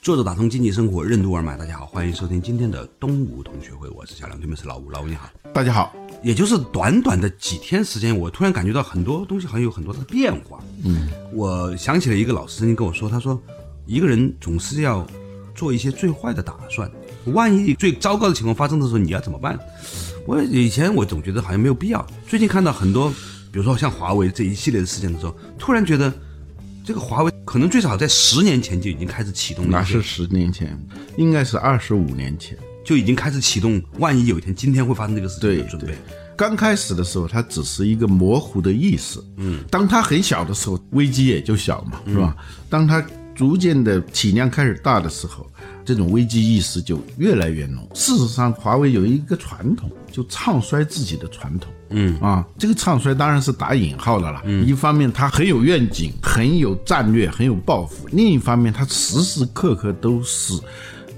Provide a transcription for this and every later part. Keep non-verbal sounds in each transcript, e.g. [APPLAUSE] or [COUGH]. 作者打通经济生活任督二脉，大家好，欢迎收听今天的东吴同学会，我是小梁，对面是老吴，老吴你好，大家好。也就是短短的几天时间，我突然感觉到很多东西好像有很多的变化。嗯，我想起了一个老师曾经跟我说，他说一个人总是要做一些最坏的打算，万一最糟糕的情况发生的时候，你要怎么办？我以前我总觉得好像没有必要，最近看到很多，比如说像华为这一系列的事件的时候，突然觉得这个华为。可能最少在十年前就已经开始启动了，那是十年前，应该是二十五年前就已经开始启动。万一有一天今天会发生这个事情的准备。刚开始的时候，它只是一个模糊的意识。嗯，当它很小的时候，危机也就小嘛，是吧？嗯、当它逐渐的体量开始大的时候，这种危机意识就越来越浓。事实上，华为有一个传统，就唱衰自己的传统。嗯啊，这个唱衰当然是打引号的啦。嗯、一方面他很有愿景，很有战略，很有抱负；另一方面，他时时刻刻都是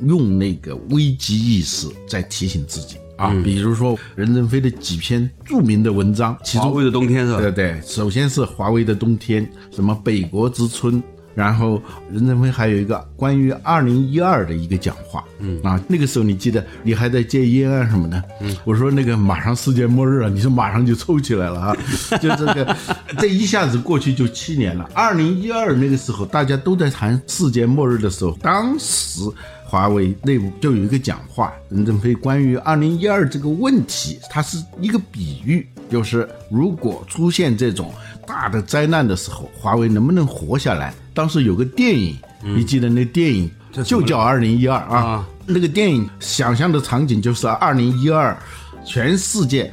用那个危机意识在提醒自己啊。嗯、比如说任正非的几篇著名的文章，其中华为的冬天是吧？对对，首先是华为的冬天，什么北国之春。然后任正非还有一个关于二零一二的一个讲话，嗯啊，那个时候你记得你还在戒烟啊什么的，嗯，我说那个马上世界末日了，你说马上就抽起来了啊，就这个这一下子过去就七年了。二零一二那个时候大家都在谈世界末日的时候，当时华为内部就有一个讲话，任正非关于二零一二这个问题，它是一个比喻，就是如果出现这种大的灾难的时候，华为能不能活下来？当时有个电影，嗯、你记得那电影就叫《二零一二》啊。那个电影想象的场景就是二零一二，全世界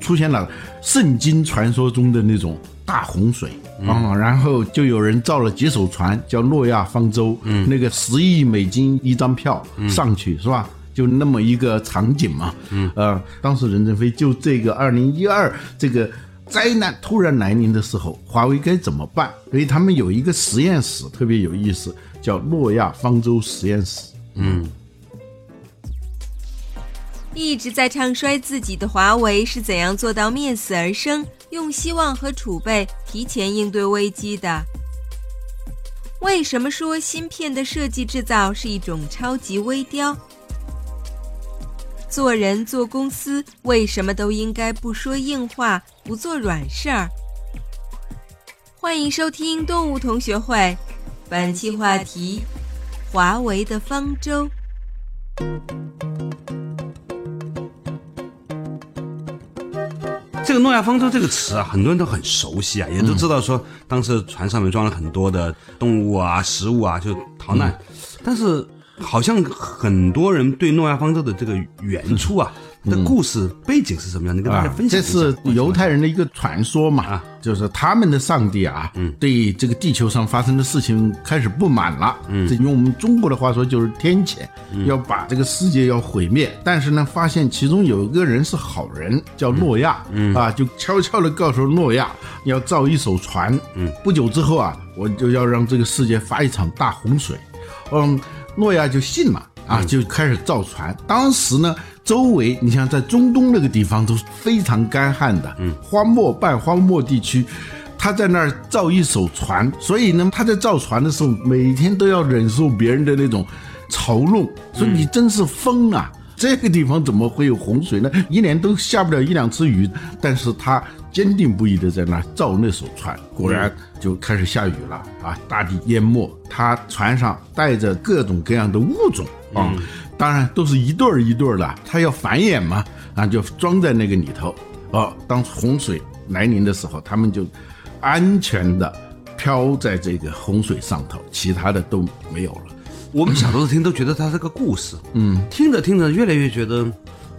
出现了圣经传说中的那种大洪水啊、嗯，然后就有人造了几艘船，叫诺亚方舟，嗯、那个十亿美金一张票上去是吧？就那么一个场景嘛。呃，当时任正非就这个二零一二这个。灾难突然来临的时候，华为该怎么办？所以他们有一个实验室特别有意思，叫诺亚方舟实验室。嗯，一直在唱衰自己的华为是怎样做到面死而生，用希望和储备提前应对危机的？为什么说芯片的设计制造是一种超级微雕？做人做公司，为什么都应该不说硬话，不做软事儿？欢迎收听动物同学会，本期话题：华为的方舟。这个“诺亚方舟”这个词啊，很多人都很熟悉啊，也都知道说，当时船上面装了很多的动物啊、食物啊，就逃难，嗯、但是。好像很多人对诺亚方舟的这个原处啊的故事背景是什么样？你跟大家分享嗯啊这是犹太人的一个传说啊嘛，就是他们的上帝啊，嗯对这个地球上发生的事情开始不满了。嗯这用我们中国的话说就是天谴，要把这个世界要毁灭。但是呢，发现其中有一个人是好人，叫诺亚嗯啊，就悄悄的告诉诺亚要造一艘船。嗯不久之后啊，我就要让这个世界发一场大洪水。嗯。诺亚就信了啊，就开始造船。嗯、当时呢，周围你像在中东那个地方都是非常干旱的，嗯，荒漠半荒漠地区，他在那儿造一艘船，所以呢，他在造船的时候每天都要忍受别人的那种嘲弄，说你真是疯啊！嗯、这个地方怎么会有洪水呢？一年都下不了一两次雨，但是他坚定不移的在那儿造那艘船，果然。嗯就开始下雨了啊！大地淹没，他船上带着各种各样的物种啊，嗯、当然都是一对儿一对儿的，他要繁衍嘛，啊，就装在那个里头。哦、啊，当洪水来临的时候，他们就安全的飘在这个洪水上头，其他的都没有了。我们小时候听都觉得它是个故事，嗯，听着听着越来越觉得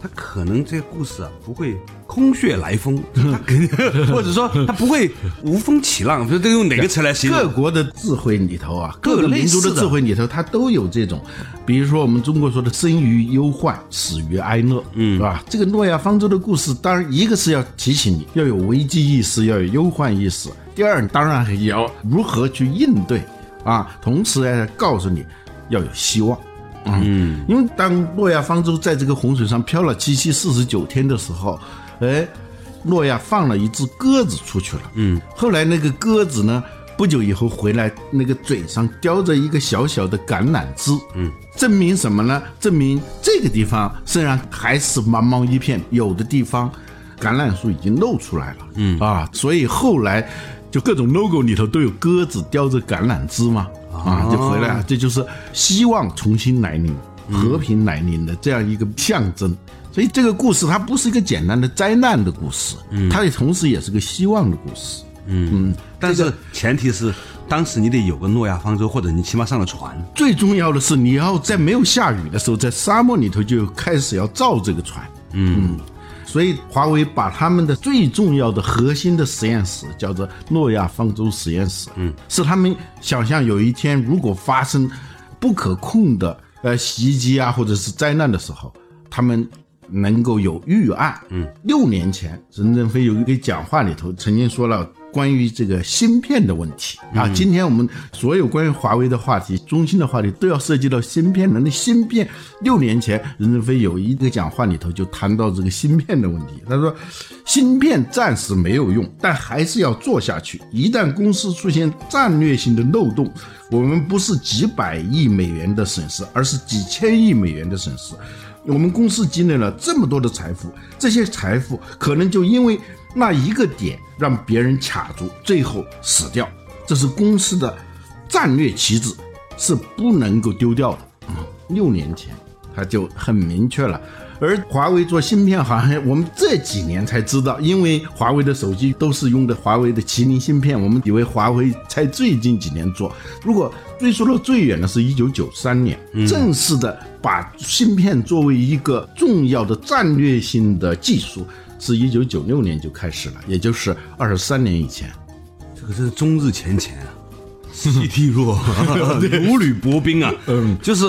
他可能这个故事啊不会空穴来 [LAUGHS] 风，他肯定或者说他不会无风起浪，不知道用哪个词来形各容？国的智慧里头啊，各各个民族类似的的智慧里头，它都有这种，比如说我们中国说的“生于忧患，死于哀乐”，嗯，是吧？这个诺亚方舟的故事，当然一个是要提醒你要有危机意识，要有忧患意识；第二，当然也要如何去应对啊，同时呢，告诉你要有希望。嗯，因为当诺亚方舟在这个洪水上漂了七七四十九天的时候，哎，诺亚放了一只鸽子出去了。嗯，后来那个鸽子呢，不久以后回来，那个嘴上叼着一个小小的橄榄枝。嗯，证明什么呢？证明这个地方虽然还是茫茫一片，有的地方橄榄树已经露出来了。嗯啊，所以后来就各种 logo 里头都有鸽子叼着橄榄枝嘛。啊，就回来了，这就是希望重新来临、和平来临的这样一个象征。所以这个故事它不是一个简单的灾难的故事，它也同时也是个希望的故事。但是前提是当时你得有个诺亚方舟，或者你起码上了船。最重要的是，你要在没有下雨的时候，在沙漠里头就开始要造这个船。嗯，所以华为把他们的最重要的核心的实验室叫做诺亚方舟实验室。嗯，是他们想象有一天如果发生不可控的呃袭击啊，或者是灾难的时候，他们。能够有预案。嗯，六年前，任正非有一个讲话里头曾经说了关于这个芯片的问题啊。今天我们所有关于华为的话题、中兴的话题都要涉及到芯片的。那芯片，六年前任正非有一个讲话里头就谈到这个芯片的问题。他说，芯片暂时没有用，但还是要做下去。一旦公司出现战略性的漏洞，我们不是几百亿美元的损失，而是几千亿美元的损失。我们公司积累了这么多的财富，这些财富可能就因为那一个点让别人卡住，最后死掉。这是公司的战略旗帜，是不能够丢掉的。嗯六年前他就很明确了。而华为做芯片行业，我们这几年才知道，因为华为的手机都是用的华为的麒麟芯片，我们以为华为才最近几年做。如果追溯到最远的是一九九三年，正式的把芯片作为一个重要的战略性的技术，是一九九六年就开始了，也就是二十三年以前。这个真是终日前前啊，细涕若如履薄冰啊。嗯，就是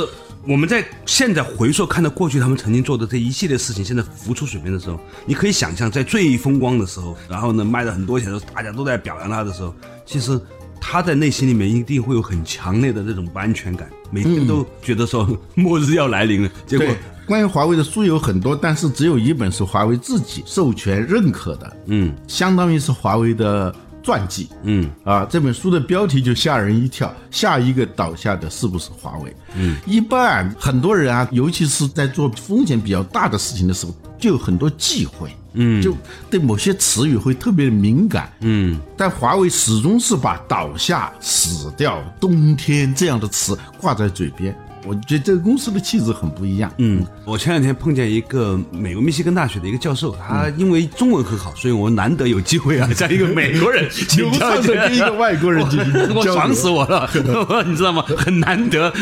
我们在现在回溯看到过去他们曾经做的这一系列事情，现在浮出水面的时候，你可以想象，在最风光的时候，然后呢卖了很多钱的时候，大家都在表扬他的时候，其实。他在内心里面一定会有很强烈的这种不安全感，每天都觉得说 [LAUGHS] 末日要来临了，结果对，关于华为的书有很多，但是只有一本是华为自己授权认可的，嗯相当于是华为的传记。嗯，啊，这本书的标题就吓人一跳，下一个倒下的是不是华为？嗯，一般很多人啊，尤其是在做风险比较大的事情的时候，就有很多忌讳。嗯，就对某些词语会特别的敏感。嗯，但华为始终是把倒下、死掉、冬天这样的词挂在嘴边，我觉得这个公司的气质很不一样。嗯，我前两天碰见一个美国密西根大学的一个教授，他因为中文很好，所以我难得有机会啊，向一个美国人请由教上一次下 [LAUGHS] 跟一个外国人进行交 [LAUGHS] 流，我爽死我了， [LAUGHS] 你知道吗？很难得，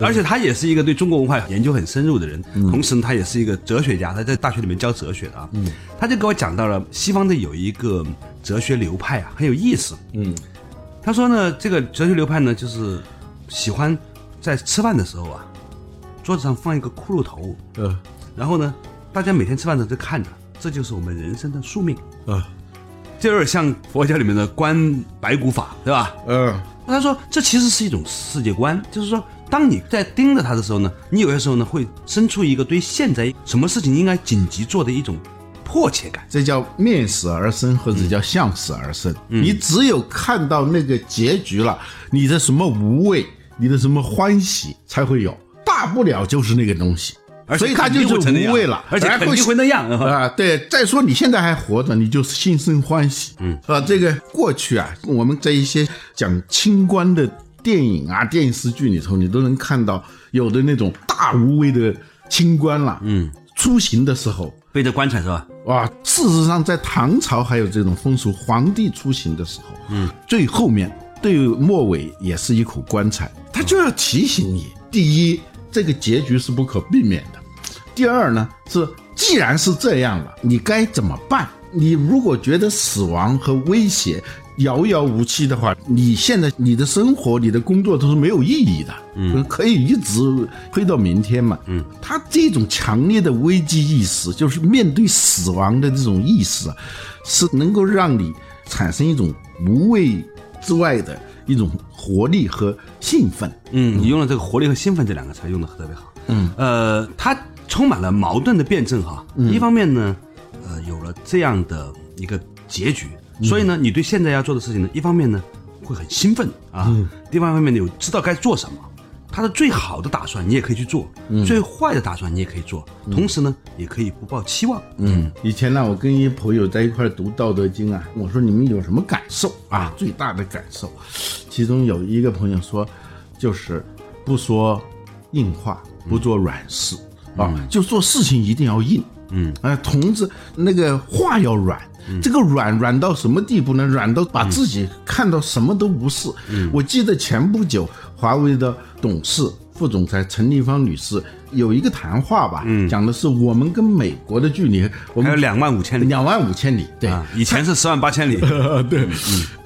而且他也是一个对嗯中国文化研究很深入的人，同时呢他也是一个哲学家，他在大学里面教哲学的啊。他就给我讲到了西方的有一个哲学流派啊，很有意思。嗯，他说呢，这个哲学流派呢，就是喜欢在吃饭的时候啊，桌子上放一个骷髅头，呃然后呢，大家每天吃饭的时候就看着，这就是我们人生的宿命。呃这有点像佛教里面的观白骨法，对吧？呃，那他说，这其实是一种世界观，就是说，当你在盯着他的时候呢，你有些时候呢会生出一个对现在什么事情应该紧急做的一种迫切感。这叫面死而生，或者叫向死而生。嗯你只有看到那个结局了，你的什么无畏，你的什么欢喜才会有，大不了就是那个东西。而且所以他就是肯定会成那样无畏了，而且然后肯定会那样啊！对，再说你现在还活着，你就是心生欢喜。嗯，啊，这个过去啊，我们在一些讲清官的电影啊、电视剧里头，你都能看到有的那种大无畏的清官了。嗯，出行的时候背着棺材是吧？哇，事实上，在唐朝还有这种风俗，皇帝出行的时候，嗯，最后面对末尾也是一口棺材，他就要提醒你：第一，这个结局是不可避免的；第二呢，是既然是这样了，你该怎么办？你如果觉得死亡和威胁遥遥无期的话，你现在你的生活、你的工作都是没有意义的，嗯，可以一直推到明天嘛，嗯，他这种强烈的危机意识，就是面对死亡的这种意识啊，是能够让你产生一种无畏之外的一种活力和兴奋，嗯，你用了这个活力和兴奋这两个词儿用的特别好。嗯，呃，它充满了矛盾的辩证哈。嗯一方面呢，呃，有了这样的一个结局，嗯所以呢，你对现在要做的事情呢，一方面呢会很兴奋啊，嗯另外一方面呢有知道该做什么。它的最好的打算你也可以去做，嗯最坏的打算你也可以做，同时呢，也可以不抱期望。嗯，以前呢，我跟一朋友在一块儿读《道德经》啊，我说你们有什么感受啊？最大的感受，其中有一个朋友说，就是不说硬话，不做软事、嗯啊，就做事情一定要硬。嗯，哎，同志，那个话要软。嗯这个软软到什么地步呢？软到把自己看到什么都不是。嗯我记得前不久，华为的董事副总裁陈立芳女士有一个谈话吧，讲的是我们跟美国的距离，嗯我还有们两万五千里，两万五千里，对，啊，以前是十万八千 [LAUGHS] 里。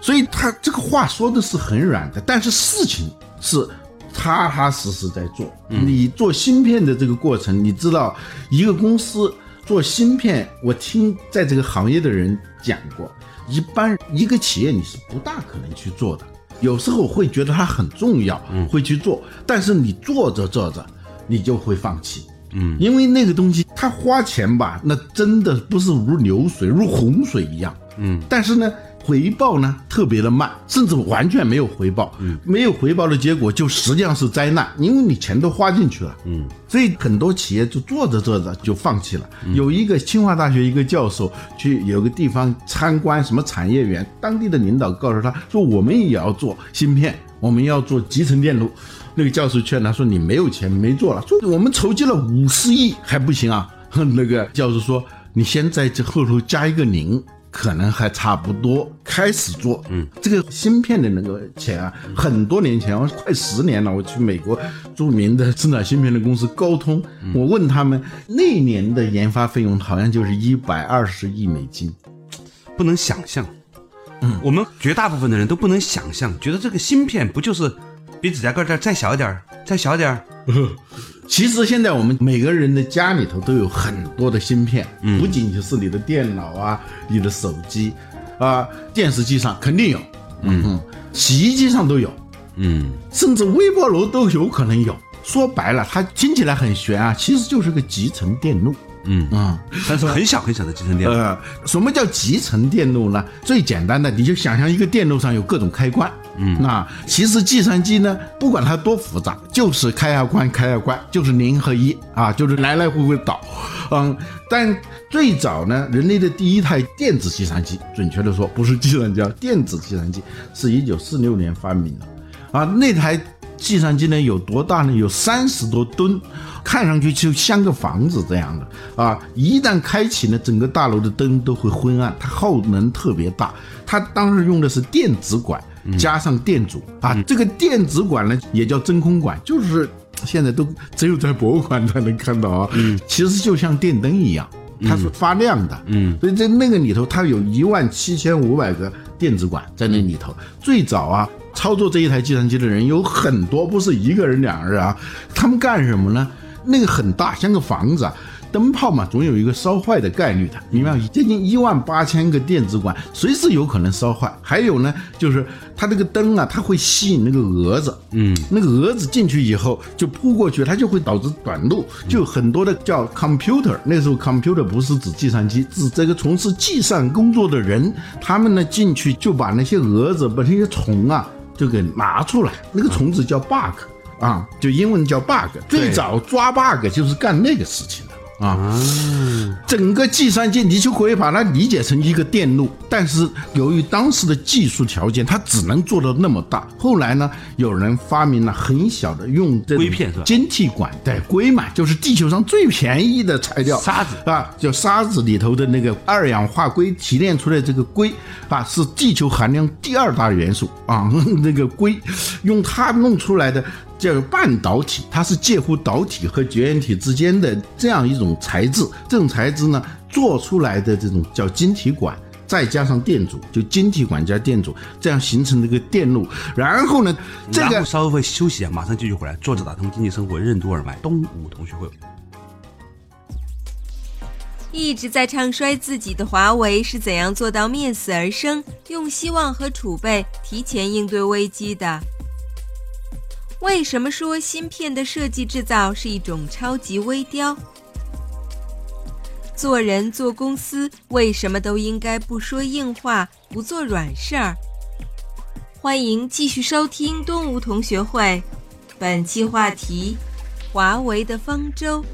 所以他这个话说的是很软的，但是事情是踏踏实实在做。你做芯片的这个过程，你知道一个公司做芯片，我听在这个行业的人讲过，一般一个企业你是不大可能去做的。有时候会觉得它很重要，会去做，但是你做着做着，你就会放弃。嗯，因为那个东西它花钱吧，那真的不是如流水如洪水一样。嗯，但是呢，回报呢特别的慢，甚至完全没有回报。嗯，没有回报的结果就实际上是灾难，因为你钱都花进去了。嗯，所以很多企业就做着做着就放弃了。有一个清华大学一个教授去有个地方参观什么产业园，当地的领导告诉他说，我们也要做芯片，我们要做集成电路。那个教授劝他说：“你没有钱，没做了。说我们筹集了五十亿还不行啊。” [LAUGHS] 那个教授说：“你先在这后头加一个零，可能还差不多。开始做，嗯，这个芯片的那个钱啊，很多年前，我快十年了。我去美国著名的生产芯片的公司高通，我问他们那年的研发费用好像就是一百二十亿美金。不能想象。我们绝大部分的人都不能想象，觉得这个芯片不就是比指甲盖儿再再小一点儿，再小一点儿，其实现在我们每个人的家里头都有很多的芯片，嗯不仅仅是你的电脑啊、你的手机啊、电视机上肯定有，嗯哼，洗衣机上都有，嗯，甚至微波炉都有可能有。说白了，它听起来很玄啊，其实就是个集成电路。嗯啊、但是很小很小的集成电路，呃，什么叫集成电路呢？最简单的，你就想象一个电路上有各种开关。嗯，那其实计算机呢，不管它多复杂，就是开啊关，开啊关，就是零和一啊，就是来来回回倒。嗯，但最早呢，人类的第一台电子计算机，准确的说不是计算机啊，电子计算机是一九四六年发明的。啊，那台计算机呢有多大呢？有三十多吨，看上去就像个房子这样的啊！一旦开启呢，整个大楼的灯都会昏暗，它耗能特别大。它当时用的是电子管加上电阻、啊，这个电子管呢也叫真空管，就是现在都只有在博物馆才能看到啊。嗯，其实就像电灯一样。它是发亮的，嗯，所以在那个里头，它有一万七千五百个电子管在那里头。最早啊，操作这一台计算机的人有很多，不是一个人两个人啊。他们干什么呢？那个很大，像个房子啊，灯泡嘛，总有一个烧坏的概率的。你看，接近一万八千个电子管，随时有可能烧坏。还有呢，就是它这个灯啊，它会吸引那个蛾子，嗯，那个蛾子进去以后就扑过去，它就会导致短路，就有很多的叫 computer。那时候 computer 不是指计算机，指这个从事计算工作的人，他们呢进去就把那些蛾子，把那些虫啊，就给拿出来。那个虫子叫 bug 啊，就英文叫 bug。最早抓 bug 就是干那个事情的啊。整个计算机你就可以把它理解成一个电路，但是由于当时的技术条件，它只能做到那么大。后来呢，有人发明了很小的，用这种硅片是吧晶体管，对，硅嘛，就是地球上最便宜的材料，沙子啊，就沙子里头的那个二氧化硅提炼出来这个硅啊，是 [LAUGHS] 地球含量第二大元素啊，那个硅，用它弄出来的叫半导体，它是介乎导体和绝缘体之间的这样一种材质。这种材质呢，做出来的这种叫晶体管，再加上电阻，就晶体管加电阻，这样形成这个电路。然后呢，这然个后稍微休息一下，马上继续回来。坐着打通经济生活任督二脉，东吴同学会。一直在唱衰自己的华为是怎样做到面死而生，用希望和储备提前应对危机的？为什么说芯片的设计制造是一种超级微雕？做人做公司为什么都应该不说硬话，不做软事儿？欢迎继续收听东吴同学会，本期话题：华为的方舟。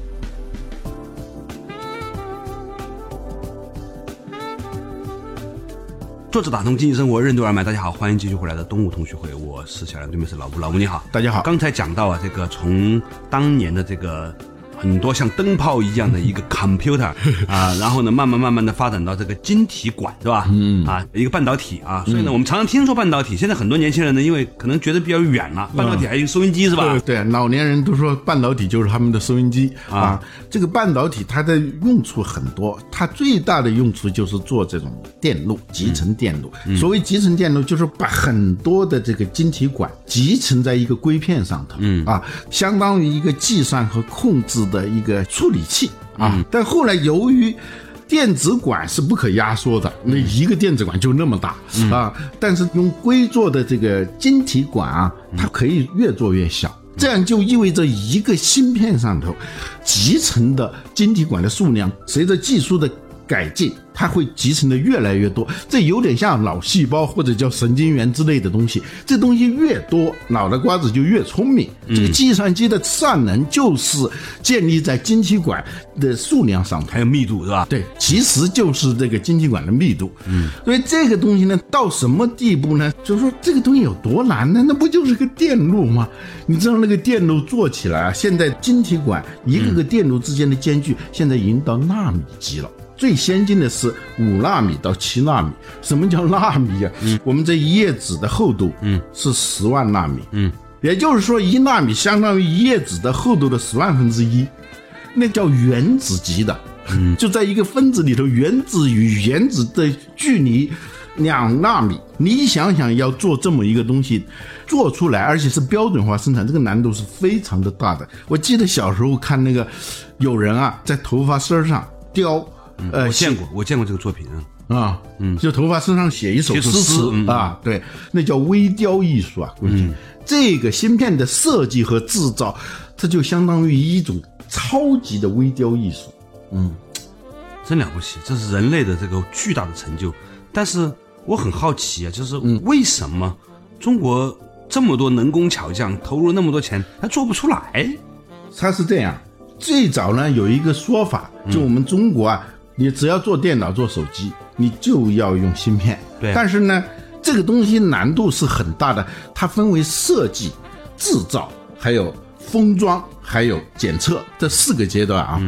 坐着打通经济生活任督二脉，大家好，欢迎继续回来的东吴同学会，我是小梁，对面是老吴，老吴你好，大家好刚才讲到啊，这个从当年的这个很多像灯泡一样的一个 [LAUGHS] computer 啊，然后呢，慢慢慢慢的发展到这个晶体管，是吧？嗯啊，一个半导体啊，所以呢，我们常常听说半导体，现在很多年轻人呢，因为可能觉得比较远了，半导体还有一个收音机是吧？对，老年人都说半导体就是他们的收音机啊这个半导体它的用处很多，它最大的用处就是做这种电路，集成电路。所谓集成电路，就是把很多的这个晶体管集成在一个硅片上头，嗯啊，相当于一个计算和控制的一个处理器啊。但后来由于电子管是不可压缩的，那一个电子管就那么大、啊。但是用硅做的这个晶体管啊，它可以越做越小。这样就意味着一个芯片上头集成的晶体管的数量，随着技术的改进，它会集成的越来越多。这有点像脑细胞或者叫神经元之类的东西。这东西越多，脑袋瓜子就越聪明。这个计算机的善能就是建立在晶体管的数量上头。还有密度是吧？对，其实就是这个晶体管的密度。嗯，所以这个东西呢，到什么地步呢？就是说这个东西有多难呢？那不就是个电路吗？你知道那个电路做起来啊，现在晶体管一个个电路之间的间距，现在已经到纳米级了。最先进的是五纳米到七纳米。什么叫纳米呀、我们这一页纸的厚度，嗯，是十万纳米，嗯，也就是说一纳米相当于一页纸的厚度的十万分之一。那叫原子级的，就在一个分子里头，原子与原子的距离两纳米。你想想，要做这么一个东西，做出来，而且是标准化生产，这个难度是非常的大的。我记得小时候看那个，有人啊在头发丝儿上雕，呃，我见过，我见过这个作品啊。啊，嗯，就头发身上写一首写诗诗词嗯啊，对，那叫微雕艺术啊，估计、这个芯片的设计和制造，它就相当于一种超级的微雕艺术。真了不起，这是人类的这个巨大的成就。但是我很好奇啊，就是为什么中国这么多能工巧匠投入那么多钱，他做不出来？它是这样，最早呢有一个说法，就我们中国啊，你只要做电脑、做手机，你就要用芯片。对但是呢，这个东西难度是很大的，它分为设计、制造，还有封装，还有检测这四个阶段啊。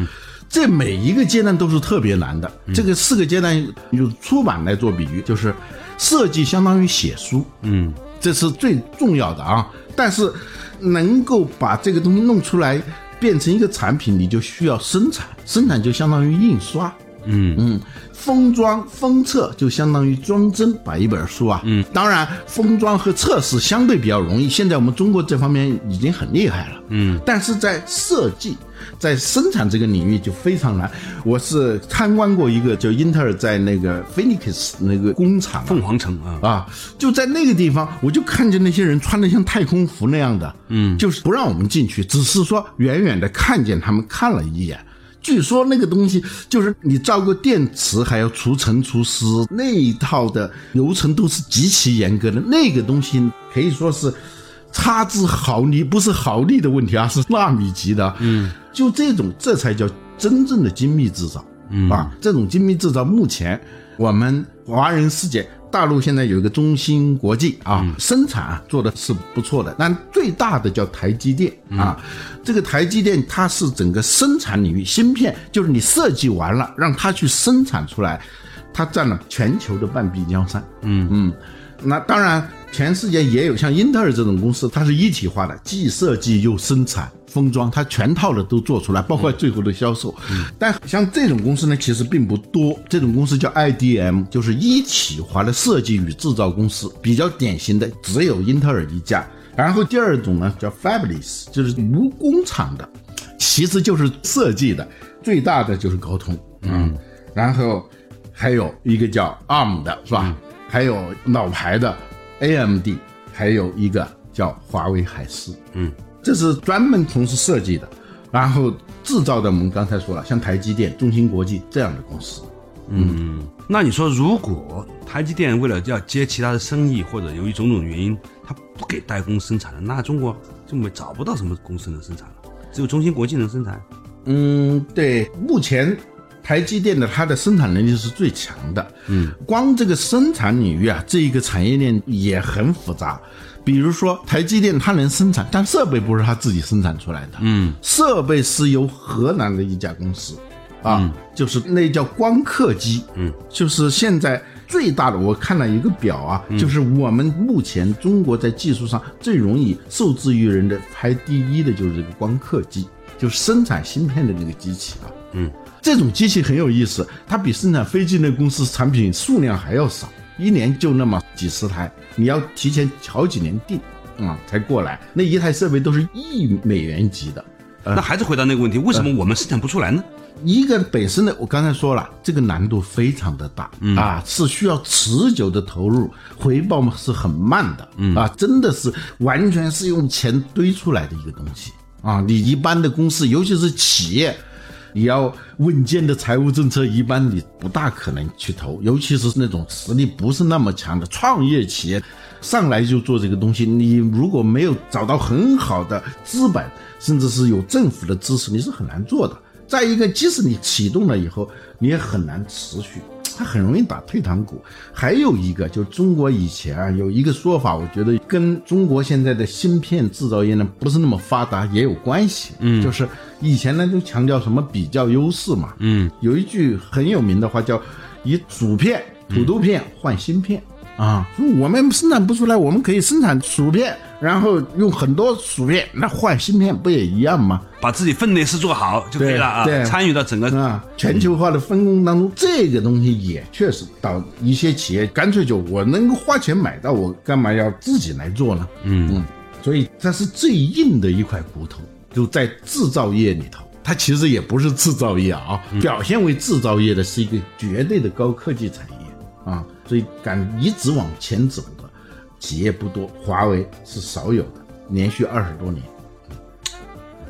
这每一个阶段都是特别难的。这个四个阶段用出版来做比喻，就是设计相当于写书，嗯，这是最重要的啊。但是能够把这个东西弄出来变成一个产品，你就需要生产，生产就相当于印刷，嗯，封装封测就相当于装帧，把一本书啊，嗯，当然封装和测试相对比较容易，现在我们中国这方面已经很厉害了，嗯，但是在设计。在生产这个领域就非常难。我是参观过一个，就英特尔在那个 Phoenix 那个工厂啊、凤凰城啊，啊，就在那个地方，我就看见那些人穿的像太空服那样的，嗯，就是不让我们进去，只是说远远的看见他们看了一眼。据说那个东西就是你照个电池，还要除尘除湿那一套的流程都是极其严格的。那个东西可以说是差之毫厘，不是毫厘的问题啊，是纳米级的。嗯，就这种，这才叫真正的精密制造。嗯啊，这种精密制造，目前我们华人世界。大陆现在有一个中芯国际啊，生产啊做的是不错的，但最大的叫台积电啊。这个台积电它是整个生产领域，芯片就是你设计完了，让它去生产出来，它占了全球的半壁江山。嗯嗯，那当然，全世界也有像英特尔这种公司，它是一体化的，既设计又生产封装，它全套的都做出来，包括最后的销售。但像这种公司呢，其实并不多。这种公司叫 IDM，就是一体化的设计与制造公司，比较典型的只有英特尔一家。然后第二种呢叫 fabless，就是无工厂的，其实就是设计的，最大的就是高通，嗯，然后还有一个叫 ARM 的是吧？还有老牌的 AMD，还有一个叫华为海思，嗯，这是专门从事设计的，然后制造的我们刚才说了，像台积电、中芯国际这样的公司，那你说，如果台积电为了要接其他的生意，或者由于种种原因，它不给代工生产了，那中国就没找不到什么公司能生产了，只有中芯国际能生产。嗯，对，目前台积电的它的生产能力是最强的。嗯，光这个生产领域啊，这一个产业链也很复杂。比如说，台积电它能生产，但设备不是它自己生产出来的。嗯，设备是由河南的一家公司啊，就是那叫光刻机。嗯，就是现在。最大的，我看了一个表啊，就是我们目前中国在技术上最容易受制于人的排第一的就是这个光刻机。就是生产芯片的那个机器啊。嗯，这种机器很有意思，它比生产飞机那公司产品数量还要少，一年就那么几十台，你要提前好几年订啊、才过来。那一台设备都是亿美元级的。那还是回到那个问题，为什么我们生产不出来呢？一个本身的，我刚才说了，这个难度非常的大、啊，是需要持久的投入，回报是很慢的、啊，真的是完全是用钱堆出来的一个东西啊。你一般的公司，尤其是企业，你要稳健的财务政策，一般你不大可能去投，尤其是那种实力不是那么强的创业企业，上来就做这个东西，你如果没有找到很好的资本，甚至是有政府的支持，你是很难做的。再一个，即使你启动了以后，你也很难持续，它很容易打退堂鼓。还有一个，就是中国以前啊有一个说法，我觉得跟中国现在的芯片制造业呢不是那么发达也有关系。嗯，就是以前呢都强调什么比较优势嘛。嗯，有一句很有名的话叫“以薯片、土豆片换芯片”啊，说我们生产不出来，我们可以生产薯片，然后用很多薯片，那换芯片不也一样吗？把自己分内事做好就可以了对啊，对参与到整个。 [LAUGHS] 啊，全球化的分工当中，这个东西也确实导一些企业干脆就我能够花钱买到，我干嘛要自己来做呢？嗯嗯，所以它是最硬的一块骨头，就在制造业里头。它其实也不是制造业啊，表现为制造业的是一个绝对的高科技产业啊，所以敢一直往前走的企业不多，华为是少有的，连续二十多年。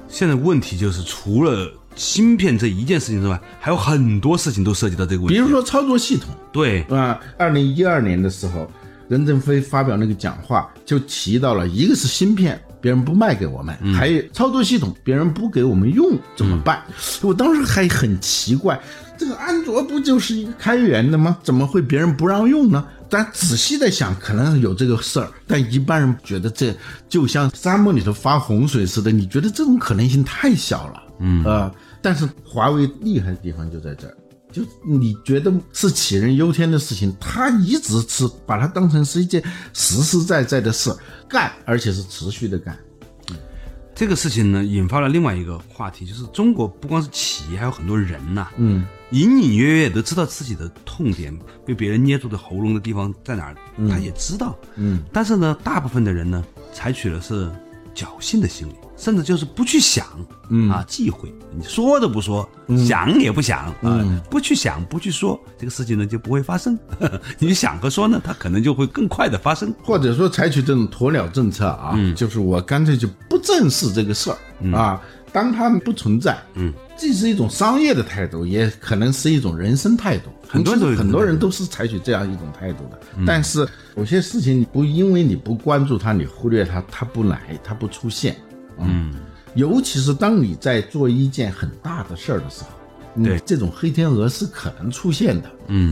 现在问题就是，除了芯片这一件事情之外，还有很多事情都涉及到这个问题。比如，说操作系统，对，啊，二零一二年的时候，任正非发表那个讲话就提到了，一个是芯片。别人不卖给我们，还有操作系统，别人不给我们用怎么办？我当时还很奇怪，这个安卓不就是一个开源的吗？怎么会别人不让用呢？但仔细的想，可能有这个事儿，但一般人觉得这就像沙漠里头发洪水似的，你觉得这种可能性太小了。嗯，呃，但是华为厉害的地方就在这儿，就你觉得是杞人忧天的事情，他一直是把它当成是一件实实在在的事干，而且是持续的干。这个事情呢，引发了另外一个话题，就是中国不光是企业，还有很多人呐、嗯，隐隐约约都知道自己的痛点，被别人捏住的喉咙的地方在哪儿，他也知道。嗯，但是呢，大部分的人呢，采取的是侥幸的心理，甚至就是不去想，嗯啊，忌讳，你说都不说，想也不想啊、不去想，不去说，这个事情呢就不会发生。 [LAUGHS] 你想和说呢，它可能就会更快的发生。或者说采取这种鸵鸟政策啊，嗯就是我干脆就不正视这个事儿、啊，当它不存在，嗯，这是一种商业的态度，也可能是一种人生态度。很多人都有其实这种嗯很多态人度都是采取这样一种态度的，但是有些事情你不因为你不关注它，你忽略它，它不来，它不出现，嗯，尤其是当你在做一件很大的事儿的时候，嗯对这种黑天鹅是可能出现的，嗯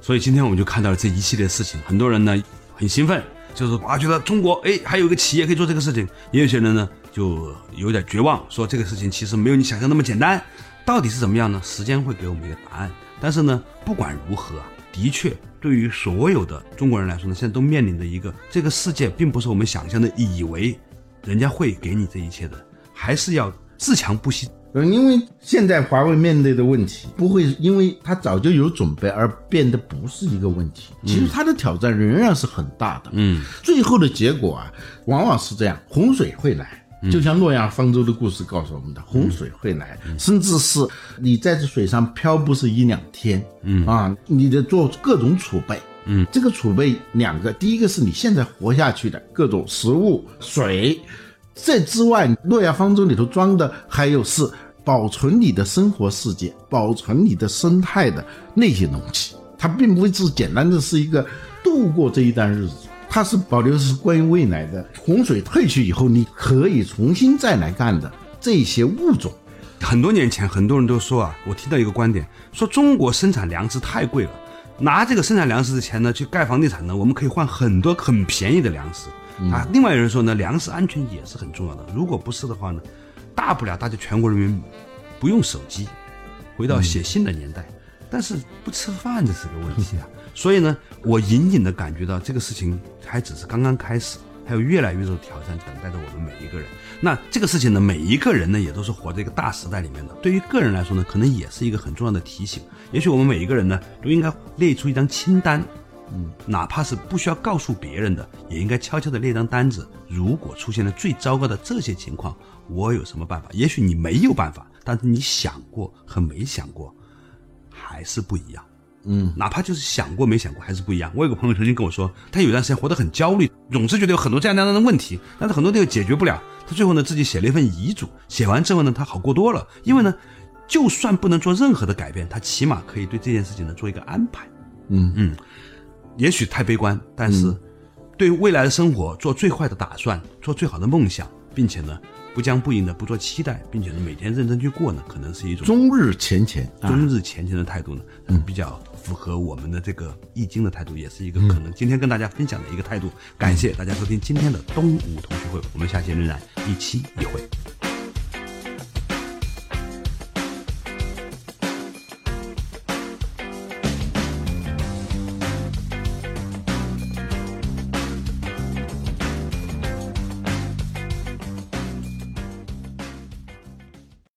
所以今天我们就看到了这一系列事情，很多人呢很兴奋，就是啊觉得中国哎还有一个企业可以做这个事情，也有些人呢就有点绝望，说这个事情其实没有你想象那么简单。到底是怎么样呢？时间会给我们一个答案。但是呢，不管如何啊，的确对于所有的中国人来说呢，现在都面临着一个这个世界并不是我们想象的以为人家会给你这一切的，还是要自强不息。嗯，因为现在华为面对的问题不会因为他早就有准备而变得不是一个问题，其实他的挑战仍然是很大的。嗯，最后的结果啊，往往是这样，洪水会来。就像诺亚方舟的故事告诉我们的，洪水会来，甚至是你在这水上漂不是一两天，嗯啊，你得做各种储备，嗯，这个储备两个，第一个是你现在活下去的各种食物、水，这之外，诺亚方舟里头装的还有是保存你的生活世界、保存你的生态的那些东西。它并不是简单的是一个度过这一段日子，它是保留是关于未来的。洪水退去以后，你可以重新再来干的这些物种。很多年前，很多人都说啊，我听到一个观点，说中国生产粮食太贵了，拿这个生产粮食的钱呢去盖房地产呢，我们可以换很多很便宜的粮食啊。另外有人说呢，粮食安全也是很重要的，如果不是的话呢，大不了大家全国人民不用手机，回到写信的年代，但是不吃饭这是个问题啊。所以呢，我隐隐的感觉到这个事情还只是刚刚开始，还有越来越多的挑战等待着我们每一个人。那这个事情呢，每一个人呢也都是活在一个大时代里面的。对于个人来说呢，可能也是一个很重要的提醒。也许我们每一个人呢，都应该列出一张清单，嗯，哪怕是不需要告诉别人的，也应该悄悄的列张单子。如果出现了最糟糕的这些情况，我有什么办法？也许你没有办法，但是你想过和没想过，还是不一样。嗯，哪怕就是想过没想过，还是不一样。我有个朋友曾经跟我说，他有一段时间活得很焦虑，总是觉得有很多这样那样的问题，但是很多地方解决不了。他最后呢，自己写了一份遗嘱，写完之后呢，他好过多了。因为呢，就算不能做任何的改变，他起码可以对这件事情呢做一个安排。嗯嗯，也许太悲观，但是对未来的生活做最坏的打算，做最好的梦想，并且呢，不僵不硬的不做期待，并且呢，每天认真去过呢，可能是一种终日前前啊，中日前前的态度呢，嗯，比较符合我们的这个易经的态度，也是一个可能今天跟大家分享的一个态度。感谢大家收听今天的东吴同学会，我们下期仍然一期一会。